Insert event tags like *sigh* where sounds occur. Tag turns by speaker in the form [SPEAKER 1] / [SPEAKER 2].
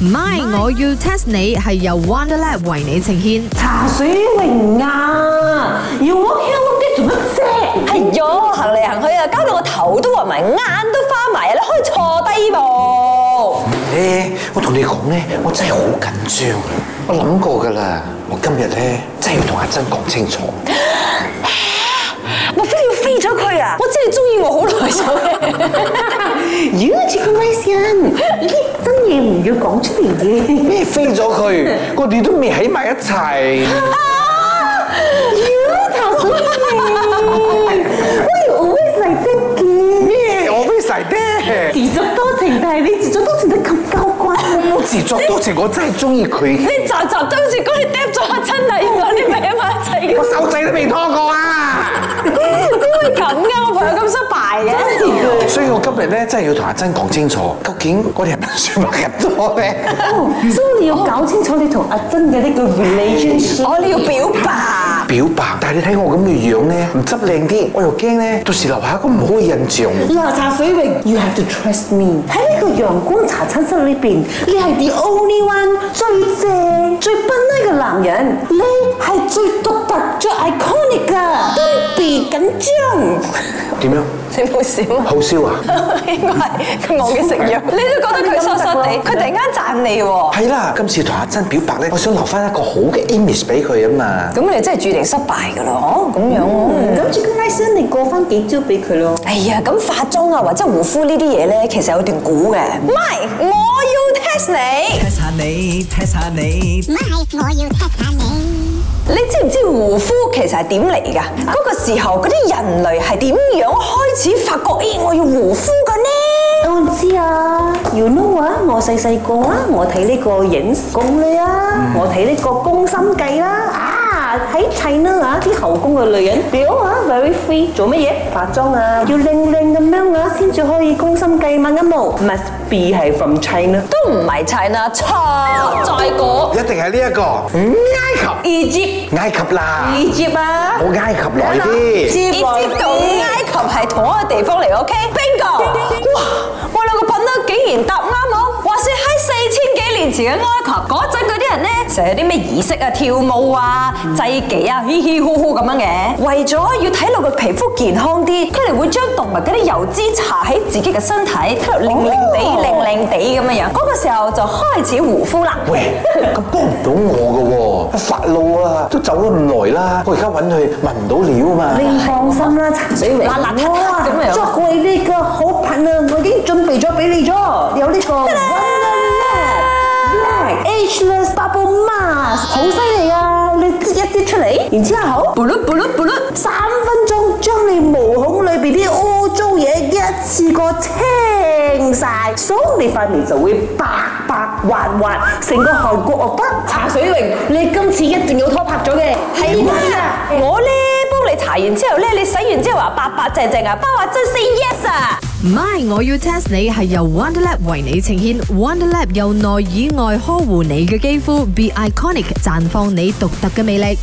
[SPEAKER 1] MY，我要 test 你係由 Wonderlab 為你呈獻。
[SPEAKER 2] 茶水榮啊，要 work out 啲做乜啫？
[SPEAKER 3] 係喲，哎行嚟行去啊，搞到我頭都暈埋，眼都花埋啊！你可以坐低噃。
[SPEAKER 4] 咧，我同你講咧，我真係好緊張啊！我諗過噶啦，我今日咧真係要同阿珍講清楚。
[SPEAKER 3] 莫非你要飛咗佢啊？我知你中意我好耐咗。
[SPEAKER 2] 妖住咁威先，呢啲啊真嘢唔要講出嚟嘅。
[SPEAKER 4] 咩飛咗佢？我哋都未喺埋一齊。 *laughs*
[SPEAKER 3] 啊
[SPEAKER 2] 妖茶水
[SPEAKER 3] *laughs*
[SPEAKER 2] 榮，啊喂，always 嚟得嘅。
[SPEAKER 4] 咩？我飛晒爹。
[SPEAKER 2] 自作多情，但係你自作多情得咁交關啊
[SPEAKER 4] 我自作多情，我真係中意佢嘅。
[SPEAKER 3] 你集集都好似講你嗒咗阿親啊，原來你咪喺埋一齊
[SPEAKER 4] *laughs*
[SPEAKER 3] 嘅
[SPEAKER 4] 我。手仔都未拖過啊！
[SPEAKER 3] 點會咁㗎？我朋友咁失敗嘅。
[SPEAKER 2] 그,
[SPEAKER 4] 所以我今日咧真係要同阿珍講清楚，究竟我哋係咪算拍拖 *laughs* 咧？
[SPEAKER 2] 哦，所以你要搞清楚你同阿珍嘅呢個 relationship。
[SPEAKER 3] 我你要表白。
[SPEAKER 4] 表白，但係你睇我咁嘅樣咧，唔執靚啲，我又驚咧，到時留下一個唔好嘅印象。
[SPEAKER 2] 嗱，茶水榮，you have to trust me。喺呢個陽光茶餐室裏邊，你係 네, the only one 最正、最賓威嘅男人，你係最獨特、最 iconic 噶。都別緊張。
[SPEAKER 4] 點樣？
[SPEAKER 3] 你冇事
[SPEAKER 4] *laughs*
[SPEAKER 3] 啊嘛？
[SPEAKER 4] 好笑啊？
[SPEAKER 3] 應該係佢冇嘅食藥。你都覺得佢傻傻地，佢突然間讚你喎。
[SPEAKER 4] 係啦，今次同阿珍表白咧，我想留翻一個好嘅 image 俾佢啊嘛。
[SPEAKER 3] 咁你真係注定失敗㗎啦，哦咁樣喎。
[SPEAKER 2] 咁最緊要先，你過翻幾招俾佢咯。
[SPEAKER 3] 哎呀，咁化妝啊或者護膚呢啲嘢咧，其實有段估嘅。唔係，我要 test 你。
[SPEAKER 5] test 下你，test 下你
[SPEAKER 6] My，我要 test 下你。
[SPEAKER 3] 你知唔知護膚其實係點嚟㗎？嗰、個時候嗰啲人類係點樣開始發覺？咦、我要護膚㗎呢？
[SPEAKER 2] 我唔知啊，you know 啊，我細細個啊，我睇呢個影宮咧
[SPEAKER 3] Ừ.
[SPEAKER 2] 啊，
[SPEAKER 3] 嗯
[SPEAKER 2] 我睇呢個宮心計啦啊，喺 China 啊啲後宮嘅女人表啊 very free 做乜嘢化妝啊，要靚靚咁樣啊先至可以宮心計嘛啱冇？Must be 係 from China。
[SPEAKER 3] 都唔係齊啦，錯再估
[SPEAKER 4] 一定係呢一個嗯埃
[SPEAKER 3] Egypt。
[SPEAKER 4] 及，埃及啦，
[SPEAKER 2] Egypt 啊，
[SPEAKER 4] 我埃及耐啲。
[SPEAKER 3] 你知道埃及係同一個地方嚟，OK？邊個？哇！我兩個笨啦，竟然答啱我。話說喺四千幾年前嘅埃及嗰陣，嗰啲人咧成日有啲咩儀式啊、跳舞啊、祭祀啊、嘻嘻呼呼咁樣嘅。為咗要睇落個皮膚健康啲，佢哋會將動物嗰啲油脂搽喺自己嘅身體，睇落靚靚地、靚靚地咁樣樣。嗰個時候就開始護膚啦。
[SPEAKER 4] *laughs* 喂，咁幫唔到我噶喎，法老啊都走咗咁耐啦，我而家揾佢問唔到料啊嘛。
[SPEAKER 2] 你放心啦，茶水榮，
[SPEAKER 3] 邋邋遢遢咁樣
[SPEAKER 2] 我作為呢個好朋啊，我已經準備咗俾你咗，有呢個 Vâng, Wonderland Black Ageless Bubble Mask，好犀利啊！你擠一擠出嚟，然之後
[SPEAKER 3] 布嚕布嚕布嚕。
[SPEAKER 2] 三分鐘將你毛孔裏邊啲污糟嘢一次過清晒，所以你塊面就會白白滑滑，成個韓國歐巴。茶水榮，你今次一定要拖拍咗嘅，係啊啦。
[SPEAKER 3] 啊我咧幫你搽完之後咧，你洗完之後話白白淨淨啊，包話真 say yes 啊！
[SPEAKER 1] MY，我要 test 你係由 Wonderlab 為你呈獻，Wonderlab 由內以外呵護你嘅肌膚，Be Iconic 綻放你獨特嘅魅力。